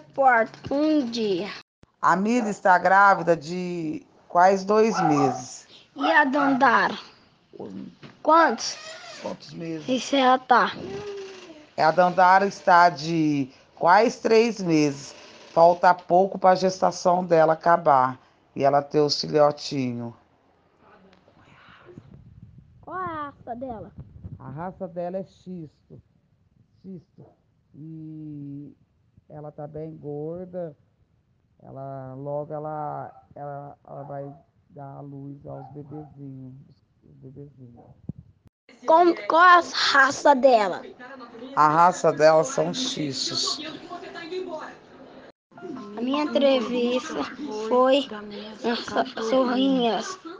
importa, um dia. A Mila está grávida de quais dois meses? E a Dandara? Quantos? Quantos meses? Isso ela tá. É, A Dandara está de quais três meses? Falta pouco para a gestação dela acabar e ela ter o filhotinho. Qual a raça dela? A raça dela é xisto. Xisto. E ela tá bem gorda. Ela logo ela, ela, ela vai dar a luz aos bebezinhos. Os bebezinhos. Com, qual a raça dela? A raça dela são xistos. A minha entrevista foi nas sorrinhas